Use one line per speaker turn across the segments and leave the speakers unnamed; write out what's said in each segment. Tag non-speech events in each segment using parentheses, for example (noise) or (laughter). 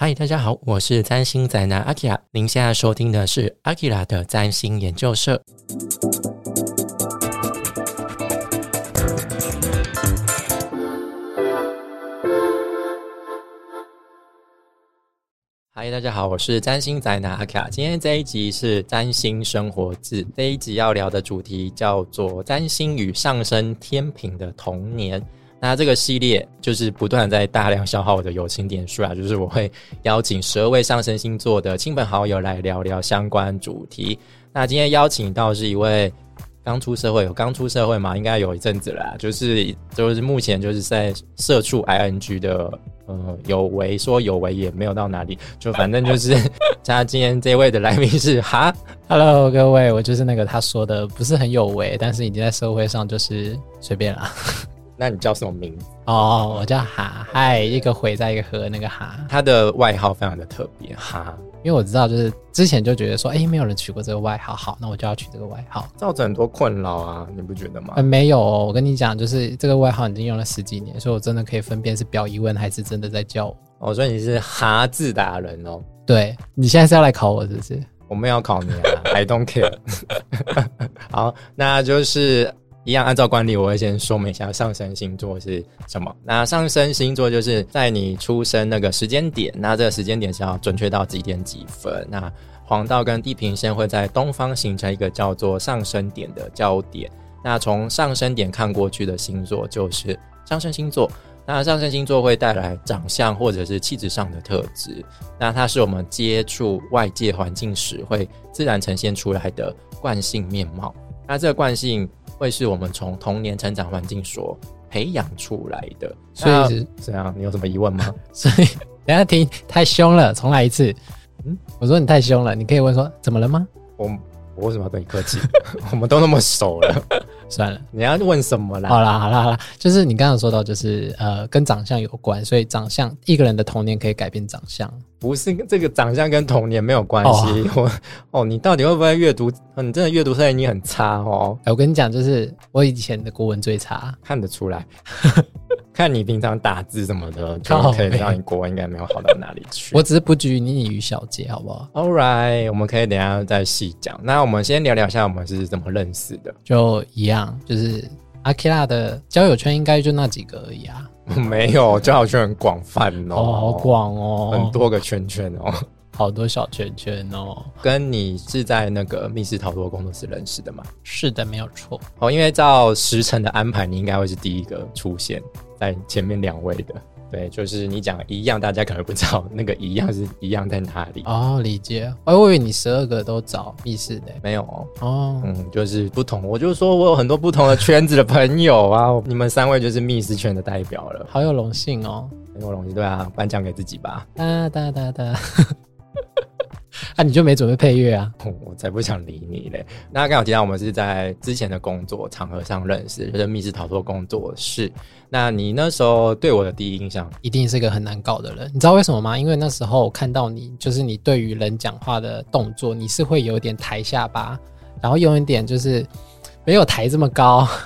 嗨，大家好，我是占星宅男阿 Kira，您现在收听的是阿 Kira 的占星研究社。嗨，大家好，我是占星宅男阿卡。今天这一集是占星生活志，这一集要聊的主题叫做占星与上升天平的童年。那这个系列就是不断地在大量消耗我的友情点数啊，就是我会邀请十二位上升星座的亲朋好友来聊聊相关主题。那今天邀请到是一位刚出社会，有刚出社会嘛，应该有一阵子了啦，就是就是目前就是在社畜 ing 的呃有为，说有为也没有到哪里，就反正就是 (laughs) 他今天这位的来宾是哈，
Hello，各位，我就是那个他说的不是很有为，但是已经在社会上就是随便啦。
那你叫什么名字？
(laughs) 哦，我叫哈，嗨，一个回在一个和那个哈，
他的外号非常的特别，哈。
因为我知道就是之前就觉得说，哎、没有人取过这个外号，好，那我就要取这个外号。
造成很多困扰啊，你不觉得吗
呃，？没有哦，我跟你讲，就是这个外号已经用了十几年，所以我真的可以分辨是表疑问还是真的在叫我。
哦，所以你是哈字达人哦，
对你现在是要来考我是不是？
我没有要考你啊，I don't care。好，那就是一样按照惯例，我会先说明一下上升星座是什么。那上升星座就是在你出生那个时间点，那这个时间点是要准确到几点几分。那黄道跟地平线会在东方形成一个叫做上升点的交点。那从上升点看过去的星座就是上升星座。那上升星座会带来长相或者是气质上的特质，那它是我们接触外界环境时会自然呈现出来的惯性面貌。那这个惯性会是我们从童年成长环境所培养出来的。
所
那
以是
怎样？你有什么疑问吗？
所以 (laughs) 等一下停，太凶了，重来一次。嗯
嗯，
我说你太凶了，你可以问说怎么了吗？
我我为什么要对你客气？ (laughs) 我们都那么熟 (laughs) 了，
算了。
你要问什么啦？
好啦，好啦，好啦，就是你刚刚说到，就是呃，跟长相有关，所以长相一个人的童年可以改变长相。
不是这个长相跟童年没有关系。 (laughs) 我哦，你到底会不会阅读？哦你真的阅读能力很差哦，
哎、我跟你讲，就是我以前的国文最差，
看得出
(laughs)
来。看你平常打字什么的，就
靠
可以
北
让你国文应该没有好到哪里去。
哦我只是不拘泥于小节，好不好？
All right，我们可以等一下再细讲。那我们先聊聊一下我们是怎么认识的。
就一样，就是阿 k 拉的交友圈应该就那几个而已啊。
没有，交友圈很广泛哦，
哦，好、广哦，
很多个圈圈哦。
好多小圈圈哦。
跟你是在那个密室逃脱工作室认识的嘛？
是的，没有错。
哦，因为照时辰的安排，你应该会是第一个出现在前面两位的。对，就是你讲一样，大家可能不知道那个一样是一样在哪里。
哦，理解。哎，我以为你十二个都找密室的。
没有哦，
哦，
嗯，就是不同。我就说我有很多不同的圈子的朋友啊， (laughs) 你们三位就是密室圈的代表了。
好有荣幸哦。
很有荣幸，对啊，颁奖给自己吧。
哒哒哒 (laughs) 哒。啊，你就没准备配乐啊？
我才不想理你嘞。那刚好提到我们是在之前的工作场合上认识，就是密室逃脱工作室。那你那时候对我的第一印象，
一定是个很难搞的人。你知道为什么吗？因为那时候我看到你，就是你对于人讲话的动作，你是会有点抬下巴，然后有一点就是没有抬这么高。 (laughs)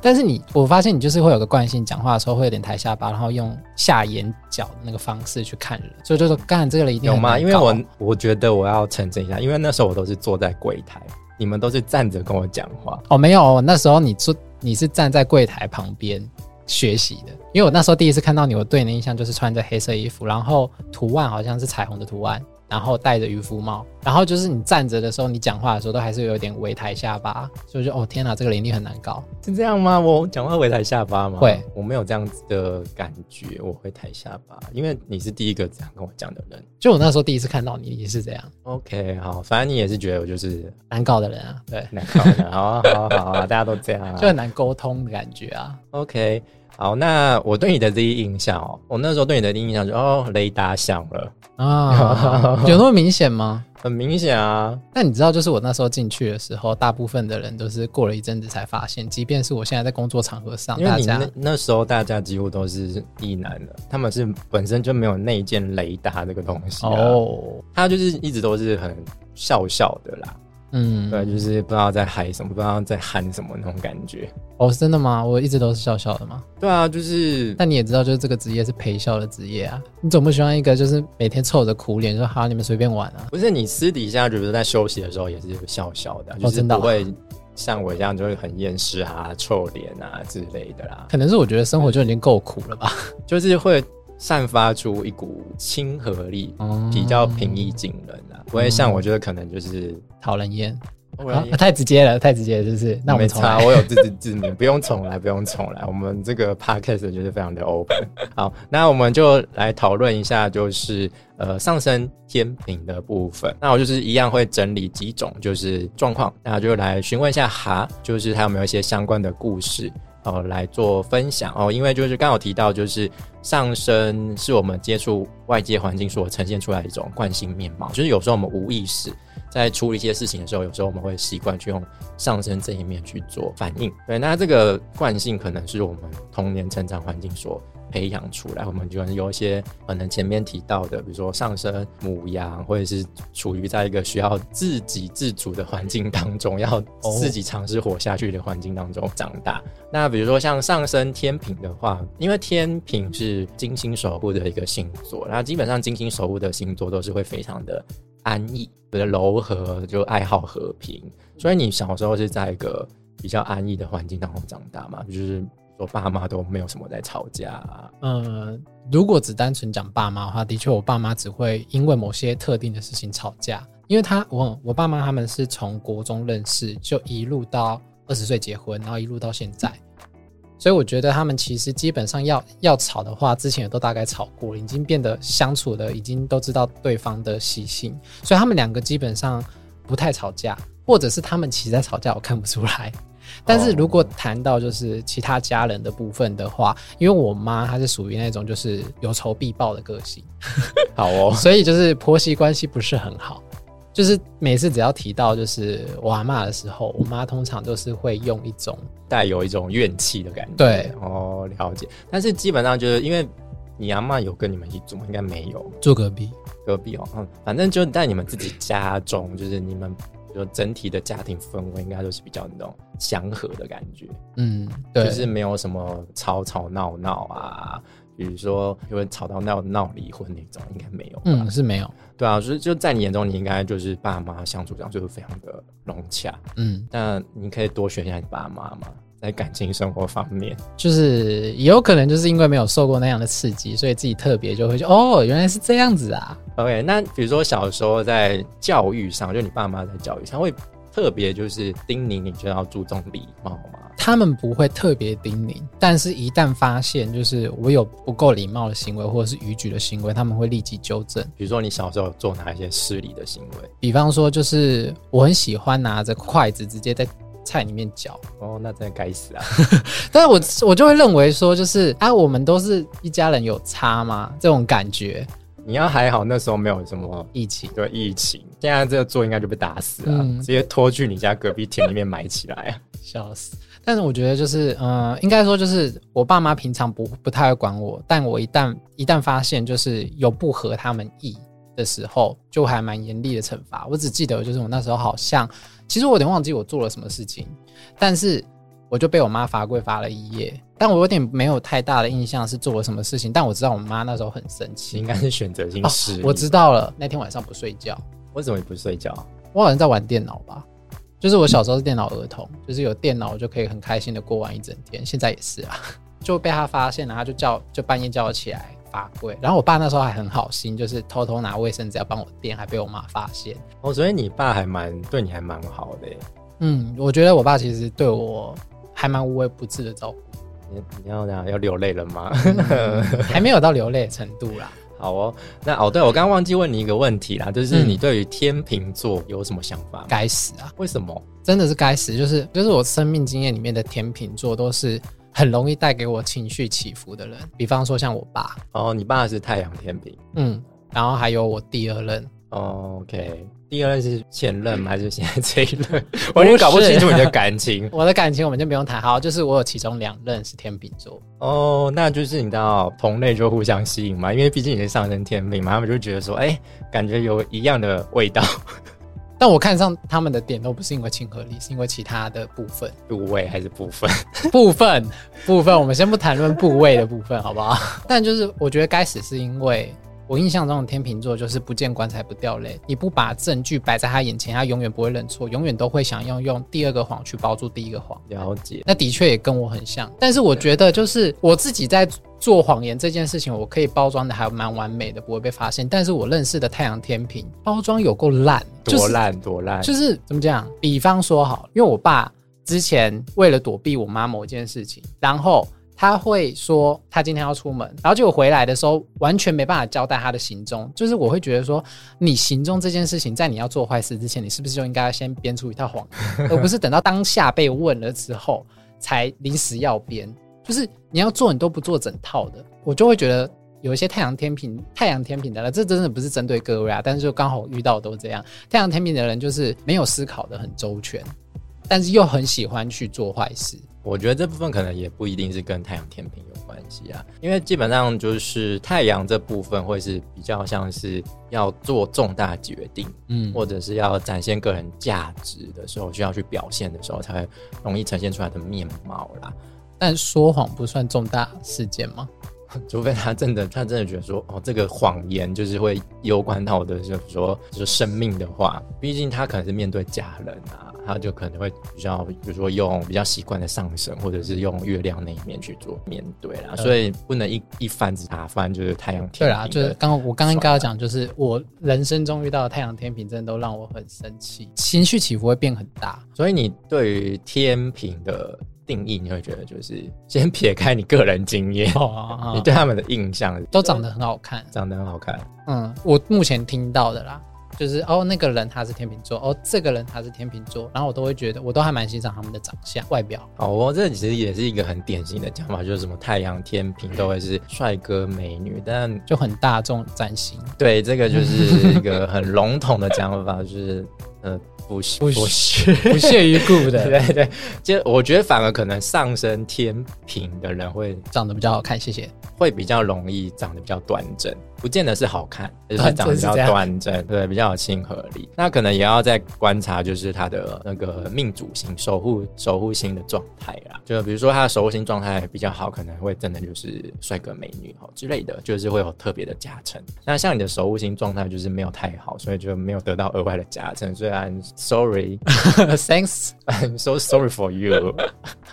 但是你，我发现你就是会有个惯性，讲话的时候会有点抬下巴，然后用下眼角的那个方式去看人，所以就说干这个人一定
有
很
吗？
难
因为
搞啊
我我觉得我要澄清一下，因为那时候我都是坐在柜台，你们都是站着跟我讲话。
哦没有，那时候你坐你是站在柜台旁边学习的，因为我那时候第一次看到你，我对你的印象就是穿着黑色衣服，然后图案好像是彩虹的图案，然后戴着渔夫帽，然后就是你站着的时候，你讲话的时候都还是有点微抬下巴，所以我就哦天哪，这个领地很难搞。
是这样吗？我讲话会抬下巴吗？
会，
我没有这样子的感觉，我会抬下巴，因为你是第一个这样跟我讲的人。
就我那时候第一次看到你，你是这样
OK，好，反正你也是觉得我就是
难搞的人啊，对，
难搞
(laughs)
的，好啊，好啊，好啊，大家都这样啊，
就很难沟通的感觉啊。 (laughs)
OK，好，那我对你的第一印象哦，我那时候对你的第一印象就哦，雷达响了，
啊，有那么明显吗？
很明显啊，
那你知道，就是我那时候进去的时候，大部分的人都是过了一阵子才发现，即便是我现在在工作场合上，
因为
啊大
你
家
那那时候大家几乎都是异男的，他们是本身就没有内建雷达这个东西、啊，
哦，
他就是一直都是很笑笑的啦。
嗯，
对，啊就是不知道在嗨什么，不知道在喊什么那种感觉。
哦，真的吗？我一直都是笑笑的嘛。
对啊，就是
但你也知道，就是这个职业是陪笑的职业啊。你总不喜欢一个就是每天臭着苦脸说好你们随便玩啊。
不是你私底下就是在休息的时候也是笑笑的，啊就是
真的
不
哦
会像我一样就会很厌世啊、臭脸啊之类的啦，
可能是我觉得生活就已经够苦了吧。
就是会散发出一股亲和力，
哦
比较平易近人啊，不会像我觉得可能就是。
讨人厌
我
啊，太直接了，太直接了，是不是？那我
没
们重
差，
来。
我有自知之明，不用重来，不用重来。我们这个 podcast 就是非常的 open。好，那我们就来讨论一下，就是呃上升天平的部分。那我就是一样会整理几种就是状况，那就来询问一下哈，就是他有没有一些相关的故事。哦，来做分享哦，因为就是刚好提到，就是上升是我们接触外界环境所呈现出来的一种惯性面貌，就是有时候我们无意识在处理一些事情的时候，有时候我们会习惯去用上升这一面去做反应。对，那这个惯性可能是我们童年成长环境所培养出来，我们就有一些可能前面提到的，比如说上升母羊，或者是处于在一个需要自给自足的环境当中，要
哦
自己尝试活下去的环境当中长大。那比如说像上升天平的话，因为天平是金星守护的一个星座，那基本上金星守护的星座都是会非常的安逸、比较柔和，就爱好和平。所以你小时候是在一个比较安逸的环境当中长大嘛，就是说爸妈都没有什么在吵架、啊，
嗯，如果只单纯讲爸妈的话，的确我爸妈只会因为某些特定的事情吵架，因为他我我爸妈他们是从国中认识，就一路到二十岁结婚，然后一路到现在。所以我觉得他们其实基本上要要吵的话，之前也都大概吵过了，已经变得相处的已经都知道对方的习性，所以他们两个基本上不太吵架，或者是他们其实在吵架，我看不出来。
哦
但是如果谈到就是其他家人的部分的话，因为我妈她是属于那种就是有仇必报的个性，
好哦， (laughs)
所以就是婆媳关系不是很好。就是每次只要提到就是我阿嬷的时候，我妈通常就是会用一种
带有一种怨气的感觉。
对，
哦，了解。但是基本上就是因为你阿嬷有跟你们一组吗？应该没有。
住隔壁，
隔壁哦，嗯，反正就在你们自己家中，就是你们就整体的家庭氛围应该都是比较那种祥和的感觉，
嗯，对，
就是没有什么吵吵闹闹啊，比如说因为吵到闹闹离婚那种，应该没有吧？
嗯是没有，
对啊，所以就在你眼中，你应该就是爸妈相处上就是非常的融洽，
嗯，
但你可以多学一下你爸妈嘛，在感情生活方面，
就是也有可能就是因为没有受过那样的刺激，所以自己特别就会说哦，原来是这样子啊，
OK，那比如说小时候在教育上，就你爸妈在教育上会特别就是叮咛你就要注重礼貌嘛？
他们不会特别叮咛，但是一旦发现就是我有不够礼貌的行为或者是逾矩的行为，他们会立即纠正。
比如说你小时候有做哪一些失礼的行为？
比方说，就是我很喜欢拿着筷子直接在菜里面搅，
哦，那真的该死啊！
但是我我就会认为说，就是啊，我们都是一家人，有差吗？这种感觉，
你要还好那时候没有什么
疫情。
对疫情，现在这个做应该就被打死了，
嗯
直接拖去你家隔壁田里面埋起来。啊
笑死！但是我觉得就是，嗯、应该说就是我爸妈平常不不太会管我，但我一旦一旦发现就是有不合他们意的时候，就还蛮严厉的惩罚。我只记得就是我那时候好像，其实我有点忘记我做了什么事情，但是我就被我妈罚跪罚了一夜。但我有点没有太大的印象是做了什么事情，但我知道我妈那时候很生
你应
气。
该是选择性
哦
失礼、
我知道了，那天晚上不睡觉，
为什么你不睡觉？
我好像在玩电脑吧，就是我小时候是电脑儿童，就是有电脑我就可以很开心的过完一整天，现在也是啊， (laughs) 就被他发现了，他就叫就半夜叫我起来罚跪，然后我爸那时候还很好心，就是偷偷拿卫生纸要帮我垫，还被我妈发现。
哦，所以你爸还蛮对你还蛮好的耶，欸
嗯，我觉得我爸其实对我还蛮无微不至的照顾，
你你要哪要流泪了吗？ (laughs)
还没有到流泪的程度啦。
好哦，那哦，对我刚刚忘记问你一个问题啦，就是
嗯
你对于天秤座有什么想法吗？
该死啊！
为什么？
真的是该死，就是就是我生命经验里面的天秤座都是很容易带给我情绪起伏的人，比方说像我爸，
哦，你爸是太阳天秤。
嗯，然后还有我第二任，
哦 OK，第二任是前任吗？还是现在这一
(laughs)
任？我有点搞不清楚你的感情。
我的感情我们就不用谈，好，就是我有其中两任是天秤座，
哦，那就是你知道同类就互相吸引嘛，因为毕竟你是上升天秤嘛，他们就觉得说，哎、感觉有一样的味道。 (laughs)
但我看上他们的点都不是因为亲和力，是因为其他的部分。 (laughs)
部位还是部分？
部分部分，我们先不谈论部位的部分，好不好？ (laughs) 但就是我觉得该死，是因为我印象中的天秤座就是不见棺材不掉泪，你不把证据摆在他眼前，他永远不会认错，永远都会想要用第二个谎去包住第一个谎。
了解，
那的确也跟我很像，但是我觉得就是我自己在做谎言这件事情，我可以包装的还蛮完美的，不会被发现。但是我认识的太阳天平包装有够烂，就是
多烂多烂，
就是怎么讲？比方说好，因为我爸之前为了躲避我妈某件事情，然后他会说他今天要出门，然后结果回来的时候完全没办法交代他的行踪。就是我会觉得说，你行踪这件事情，在你要做坏事之前，你是不是就应该先编出一套谎言，而不是等到当下被问了之后才临时要编？就是你要做，你都不做整套的，我就会觉得。有一些太阳天平、太阳天平的人，这真的不是针对各位啊，但是就刚好遇到都这样。太阳天平的人就是没有思考的很周全，但是又很喜欢去做坏事。
我觉得这部分可能也不一定是跟太阳天平有关系啊，因为基本上就是太阳这部分会是比较像是要做重大决定，
嗯
或者是要展现个人价值的时候，需要去表现的时候，才会容易呈现出来的面貌啦。
但说谎不算重大事件吗？
除非他真的，他真的觉得说，哦，这个谎言就是会攸关到我的，就是说，就是生命的话，毕竟他可能是面对家人啊，他就可能会比较，比如说用比较习惯的上升，或者是用月亮那一面去做面对啦，所以不能一一翻子打翻，就是太阳
嗯对
天
啦，
平
就是
的啊
刚刚我刚刚应该要讲，就是我人生中遇到的太阳天平，真的都让我很生气，情绪起伏会变很大。
所以你对于天平的定义，你会觉得就是先撇开你个人经
(laughs)
验，
哦
你对他们的印象
都长得很好看。
长得很好看，
嗯，我目前听到的啦，就是哦，那个人他是天秤座，哦，这个人他是天秤座，然后我都会觉得，我都还蛮欣赏他们的长相、外表。
好哦，这其实也是一个很典型的讲法，就是什么太阳天平都会是帅哥美女，但
就很大众占
(laughs)
星，
对这个就是一个很笼统的讲法，就是呃不是
不是
是， (laughs)
不屑一顾的，
对对，就我觉得反而可能上升天平的人会
长得比较好看，谢谢。
会比较容易长得比较端正，不见得是好看，而是长得比较端正，对，比较有亲和力。那可能也要再观察，就是他的那个命主星守护守护星的状态啦。就比如说他的守护星状态比较好，可能会真的就是帅哥美女哦之类的，就是会有特别的加成。那像你的守护星状态就是没有太好，所以就没有得到额外的加成。虽然 sorry， (laughs)
呃 Thanks，
I'm so sorry for you，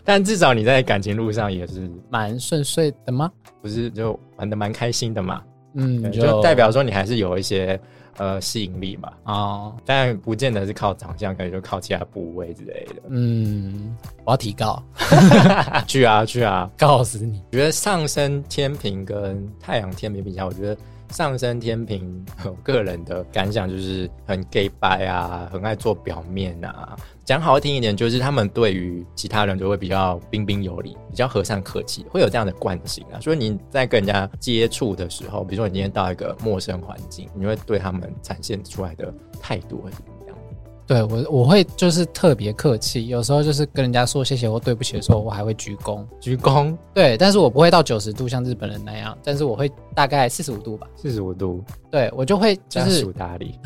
但 (laughs) 至少你在感情路上也是
蛮顺遂的吗？
不是就玩的蛮开心的嘛。
嗯，
对就代表说你还是有一些呃吸引力嘛，
哦，
但不见得是靠长相，可能就靠其他部位之类的。
嗯，我要提高，
去啊去啊！
告诉你，
我觉得上升天平跟太阳天平比较，我觉得上升天平，我个人的感想就是很 gay 白啊，很爱做表面啊。讲好听一点，就是他们对于其他人就会比较彬彬有礼，比较和善客气，会有这样的惯性啊。所以你在跟人家接触的时候，比如说你今天到一个陌生环境，你会对他们展现出来的态度会怎么样？
对我我会就是特别客气，有时候就是跟人家说谢谢或对不起的时候，我还会鞠躬。
鞠躬
对，但是我不会到九十度像日本人那样，但是我会大概四十五度吧。
四十五度，
对我就会就
加
是
速打理。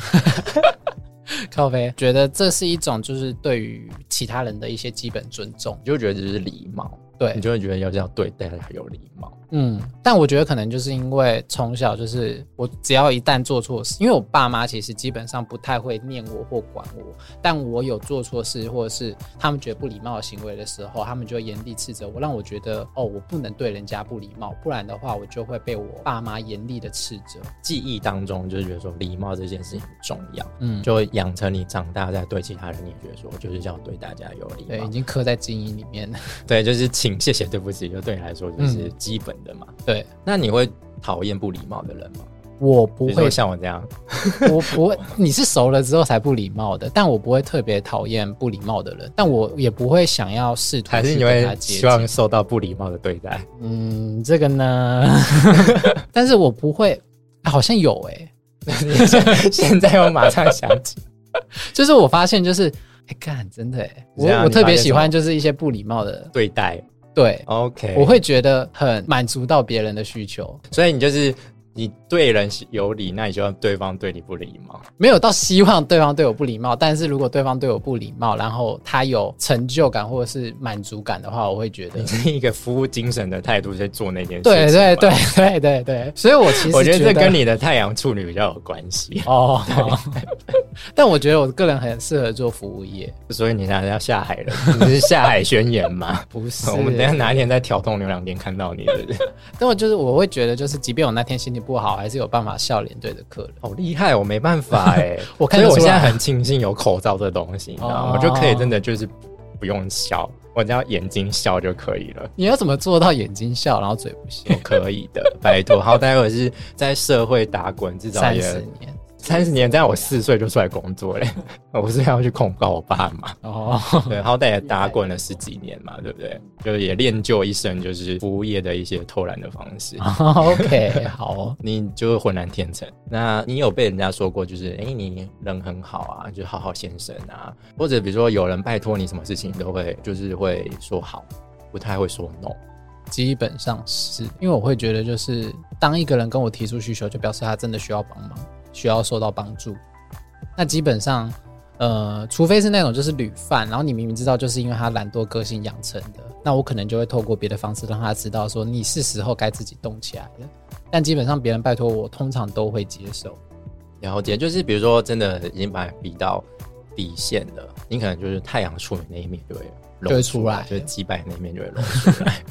靠背，觉得这是一种就是对于其他人的一些基本尊重。
你就会觉得这是礼貌，
对
你，就会觉得要这样对待他有礼貌。
嗯，但我觉得可能就是因为从小就是我只要一旦做错事，因为我爸妈其实基本上不太会念我或管我，但我有做错事或者是他们觉得不礼貌的行为的时候，他们就会严厉斥责我，让我觉得哦，我不能对人家不礼貌，不然的话我就会被我爸妈严厉的斥责。
记忆当中就是觉得说礼貌这件事情很重要，
嗯，
就会养成你长大在对其他人，你也觉得说就是要对大家有礼
对，已
貌。
经刻在基因里面了。
对，就是请、谢谢、对不起，就对你来说就是基本的嘛。
(laughs) 对
那你会讨厌不礼貌的人吗？
我不
比如说
会，
像我这样，
我不会，你是熟了之后才不礼貌的，但我不会特别讨厌不礼貌的人，但我也不会想要试图
还是
去
你
跟他
会
接
希
近。
望受到不礼貌的对待？
嗯，这个呢， (laughs) 但是我不会，啊好像有诶、
(laughs) 现在我马上想起，
就是我发现就是，哎、干，真的诶、
怎样
我我
你发
特
现
别喜
什么
欢就是一些不礼貌的，
(laughs) 对待
对
OK，
我会觉得很满足到别人的需求，
所以你就是你对人有礼，那你就要对方对你不礼貌。
没有到希望对方对我不礼貌，但是如果对方对我不礼貌，然后他有成就感或者是满足感的话，我会觉得 (laughs)
你，是一个服务精神的态度去做那件事情。
对对对，对对对，所以我其实
我觉
觉
得这跟你的太阳处女比较有关系，
哦，好 (laughs) 但我觉得我个人很适合做服务业，？
(laughs) 所以你想要下海了，你是下海宣言吗
不 (laughs) 是
哦我们等一下哪一天在挑动牛郎店看到你，对不对？
但我就是我会觉得，就是即便我那天心情不好，还是有办法笑脸对着客人。
好厉害，我没办法哎、
欸
(laughs)
我看
所以
得
我
出
现在
来
很庆幸有口罩这东西，你知道吗？
哦
我就可以真的就是不用笑，我只要眼睛笑就可以了。
你要怎么做到眼睛笑，然后嘴不笑？
我可以的，拜托，好歹我是在社会打滚，至少
(laughs) 三
也
十年
三十年，这样我四岁就出来工作嘞，我不是要去控告我爸嘛？
哦， (laughs)
(laughs) 对，好歹也打滚了十几年嘛，对不对？就是也练就一身就是服务业的一些偷懒的方式。
啊 OK，好哦、
(laughs) 你就浑然天成。那你有被人家说过，就是哎、诶你人很好啊，就好好先生啊，或者比如说有人拜托你什么事情，你都会就是会说好，不太会说 no。
基本上是因为我会觉得，就是当一个人跟我提出需求，就表示他真的需要帮忙，需要受到帮助。那基本上，呃，除非是那种就是屡犯，然后你明明知道就是因为他懒惰个性养成的，那我可能就会透过别的方式让他知道说你是时候该自己动起来了。但基本上别人拜托我，通常都会接受。
了解，就是比如说真的已经把你逼到底线了，你可能就是太阳处女那一面就会露
就会
出
出来
就是鸡白那一面就会露出来，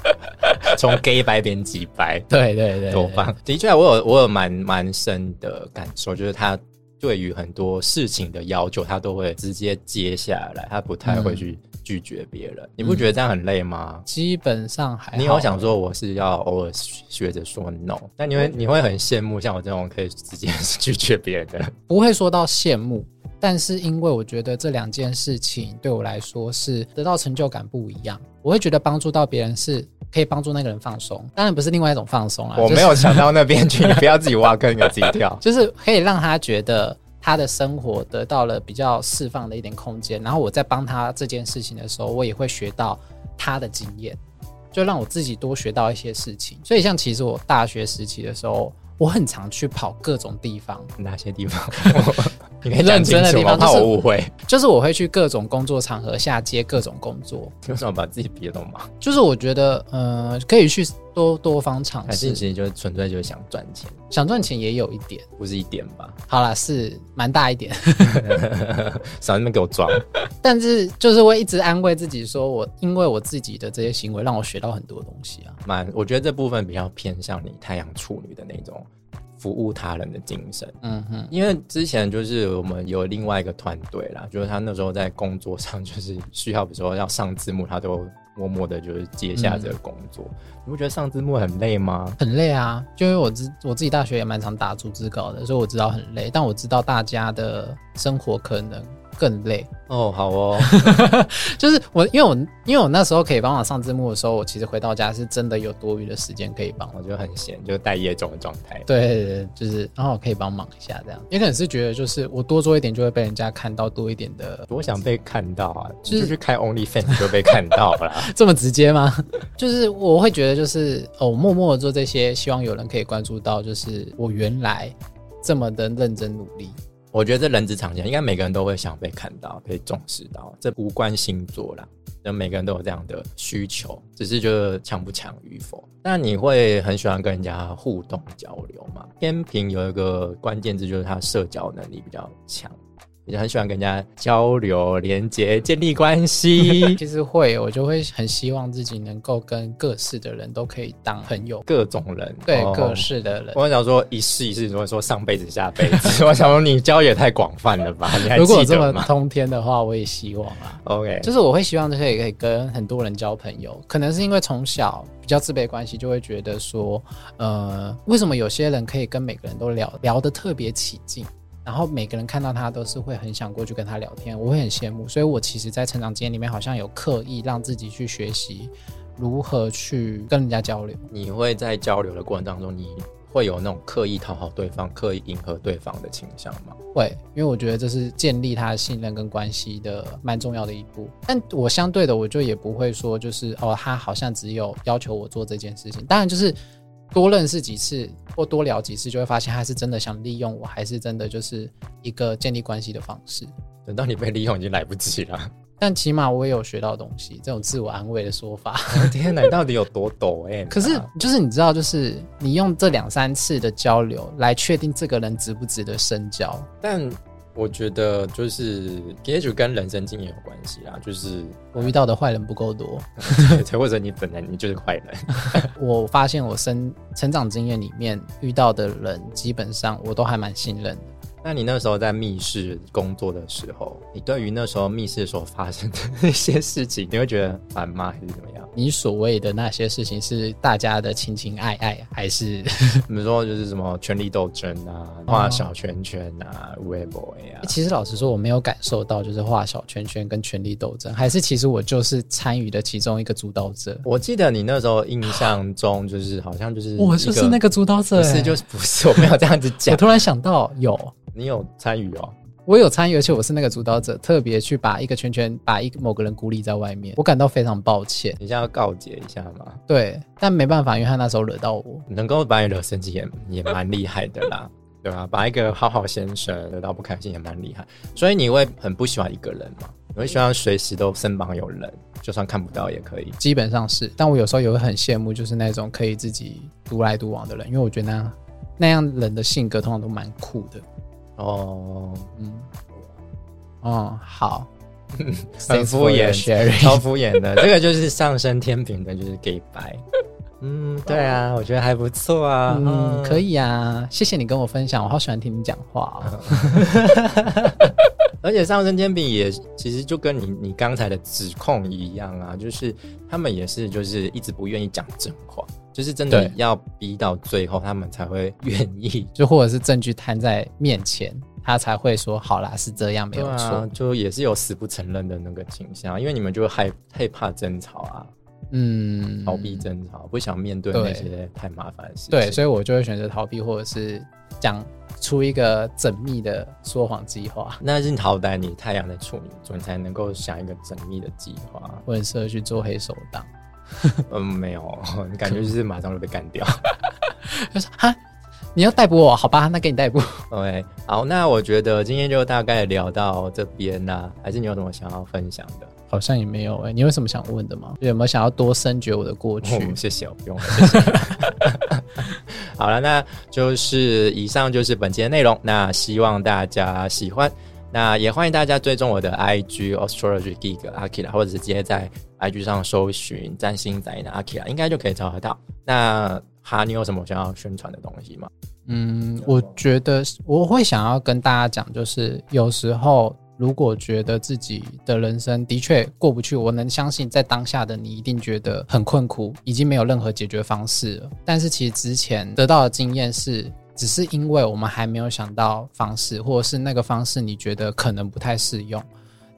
(laughs) 从 gay 白变鸡白。
对对对
多棒！的确，我有我有蛮蛮深的感受，就是他对于很多事情的要求，他都会直接接下来，他不太会去拒绝别人。你不觉得这样很累吗？
基本上还好
你有想说我是要偶尔学着说 no，但你会你会很羡慕像我这种可以直接 (laughs) 拒绝别人的人。
不会说到羡慕，但是因为我觉得这两件事情对我来说是得到成就感不一样，我会觉得帮助到别人是可以帮助那个人放松，当然不是另外一种放松啊，
我
就是。
没有想到那边去，你不要自己挖坑给自己跳
就是可以让他觉得他的生活得到了比较释放的一点空间，然后我在帮他这件事情的时候，我也会学到他的经验，就让我自己多学到一些事情。所以像其实我大学时期的时候，我很常去跑各种地方，
(laughs) 哪些地 (laughs) 方？你可以讲清
认真的
楚
地
吗？
方
怕
就是
我误 (laughs) 会。
就是我会去各种工作场合下接各种工作，
为什么把自己逼到吗？
就是我觉得，呃，可以去多多方尝
还是
试
你，其实就是纯粹就是想赚钱，
想赚钱也有一点。
不是一点吧？
好啦，是蛮大一点， (laughs)
少在那边给我装。
但是就是会一直安慰自己说我，因为我自己的这些行为让我学到很多东西啊。
蛮，我觉得这部分比较偏向你太阳处女的那种服务他人的精神。
嗯哼，
因为之前就是我们有另外一个团队啦，就是他那时候在工作上就是需要，比如说要上字幕，他都默默的就是接下这个工作。你不觉得上字幕很累吗？
很累啊，就因为我自我自己大学也蛮常打组织稿的，所以我知道很累，但我知道大家的生活可能更累。 (laughs)
哦，好哦， (laughs)
就是我，因为我因为我那时候可以帮忙上字幕的时候，我其实回到家是真的有多余的时间可以帮忙。
我就很闲，就待业中的状态。
对，就是然后可以帮忙一下这样，也可能是觉得就是我多做一点就会被人家看到多一点的，
多想被看到啊！你就去开 OnlyFans 就被看到啦。
(laughs) 这么直接吗？ (laughs) 就是我会觉得就是哦，默默的做这些，希望有人可以关注到，就是我原来这么的认真努力。
我觉得这人之常情，应该每个人都会想被看到、被重视到，这无关星座啦。那每个人都有这样的需求，只是就是强不强与否。那你会很喜欢跟人家互动交流吗？天平有一个关键字就是他社交能力比较强，也很喜欢跟人家交流、连接、建立关
(laughs)
系，
其实会，我就会很希望自己能够跟各式的人都可以当朋友，
各种人
对、
哦
各式的人。
我想说一世一世，如果说上辈子下辈子， (laughs) 我想说你交也太广泛了吧？你还
如果
记
有这么
得吗
通天的话，我也希望啊。
？OK，
就是我会希望可以可以跟很多人交朋友，可能是因为从小比较自卑的关系，就会觉得说，呃，为什么有些人可以跟每个人都聊聊得特别起劲，然后每个人看到他都是会很想过去跟他聊天，我会很羡慕。所以我其实，在成长经验里面，好像有刻意让自己去学习如何去跟人家交流。
你会在交流的过程当中，你会有那种刻意讨好对方、刻意迎合对方的倾向吗？
会，因为我觉得这是建立他的信任跟关系的蛮重要的一步。但我相对的，我就也不会说就是哦，他好像只有要求我做这件事情。当然，就是多认识几次或多聊几次，就会发现他是真的想利用我，还是真的就是一个建立关系的方式。
等到你被利用已经来不及 (laughs) 了。
但起码我也有学到东西，这种自我安慰的说法。 (laughs)
我哦天哪，你到底有多抖哎 (laughs) M？、
可是就是你知道，就是你用这两三次的交流来确定这个人值不值得深交。
但我觉得就是也许跟人生经验有关系啦，就是 (laughs)
我遇到的坏人不够多，
对，或者你本来你就是坏人，
我发现我生成长经验里面遇到的人，基本上我都还蛮信任的。
(laughs) 那你那时候在密室工作的时候，你对于那时候密室所发生的一些事情，你会觉得烦吗，还是怎么样？
你所谓的那些事情是大家的情情爱爱，还 (laughs) 是，
比如说就是什么权力斗争啊，画小圈圈啊，微博呀
其实老实说，我没有感受到就是画小圈圈跟权力斗争，还是其实我就是参与的其中一个主导者。
我记得你那时候印象中就是好像就是
我就是那
一
个主导者、
不是就是不是，我没有这样子
我
讲，
突然想到有。
你有参与哦。
我有参与，而且我是那个主导者，特别去把一个圈圈，把一个某个人孤立在外面，我感到非常抱歉。
你现在要告诫一下嘛，
对，但没办法，因为他那时候惹到我。
能够把你惹生气也也蛮厉害的啦，对吧、把一个好好先生惹到不开心也蛮厉害，所以你会很不喜欢一个人嘛？你会希望随时都身旁有人，就算看不到也可以。
基本上是，但我有时候也会很羡慕，就是那种可以自己独来独往的人，因为我觉得那样那样人的性格通常都蛮酷的。
哦，
嗯，哦，
(laughs)
好，
很敷衍
Thanks for your sharing
超敷衍的，这个就是上升天平的，就是 gay 白。嗯，对啊，我觉得还不错啊。
嗯，可
以。
以啊，谢谢你跟我分享，我好喜欢听你讲话、哦。
而且上升天平也其实就跟你你刚才的指控一样啊，就是他们也是就是一直不愿意讲真话，就是真的
对
要逼到最后，他们才会愿意。
就或者是证据摊在面前，他才会说好啦，是这样，没有
对
错。
啊，就也是有死不承认的那个倾向，因为你们就害害怕争吵啊，
嗯，
逃避争吵，不想面对
对
那些太麻烦的事情。
对，所以我就会选择逃避，或者是讲出一个缜密的说谎计划。
那是好歹你太阳的处女座，你才能够想一个缜密的计划。
我很适合去做黑手党。
嗯，没有，你感觉就是马上就被干掉。
他说哈，你要逮捕我？好吧，那给你逮捕。 (laughs)
OK，好，那我觉得今天就大概聊到这边啦、还是你有什么想要分享的？
好像也没有哎、你有什么想问的吗？有没有想要多深掘我的过去？
哦，谢谢，不用了，谢谢。 (laughs) 好了，那就是以上就是本期的内容，那希望大家喜欢。那也欢迎大家追踪我的 IG astrology geek Akira，或者是直接在 IG 上搜寻占星宅男 Akira，应该就可以找得到。那哈，你有什么想要宣传的东西吗？
嗯，我觉得是我会想要跟大家讲，就是有时候如果觉得自己的人生的确过不去，我能相信在当下的你一定觉得很困苦，已经没有任何解决方式了。但是其实之前得到的经验是。只是因为我们还没有想到方式，或者是那个方式你觉得可能不太适用，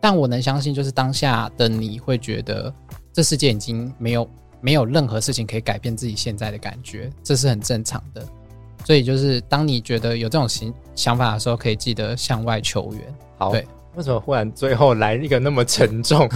但我能相信，就是当下的你会觉得这世界已经没有没有任何事情可以改变自己现在的感觉，这是很正常的。所以就是当你觉得有这种想想法的时候，可以记得向外求援。
好，
对
为什么忽然最后来一个那么沉
(laughs)
重、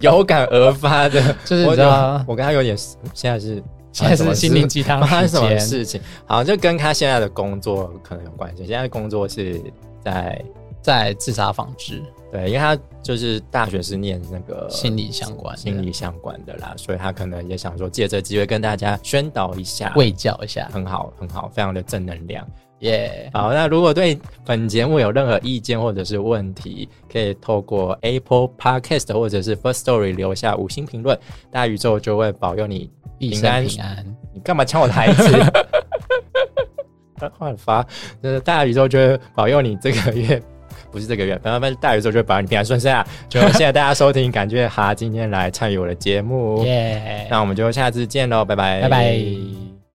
有感而发的？
就是
我
你知道，
我刚刚有点，现在是呃
现在是心灵鸡汤
发生什么
时间，
事情？好，就跟他现在的工作可能有关系。现在工作是在
在自杀防治
对，因为他就是大学是念那个
心理相关
呃
的
心理相关的啦，所以他可能也想说借这机会跟大家宣导一下，
喂教一下，
很好，很好，非常的正能量。
耶、
好，那如果对本节目有任何意见或者是问题，可以透过 Apple Podcast 或者是 First Story 留下五星评论，大宇宙就会保佑你
一
平安
生平安。
你干嘛抢我台词？换发，就是大宇宙就会保佑你这个月，不是这个月，反正大宇宙就会保佑你平安顺遂啊！就谢谢大家收听，感谢哈今天来参与我的节目，
(laughs) 耶、
那我们就下次见喽，拜拜，
拜拜。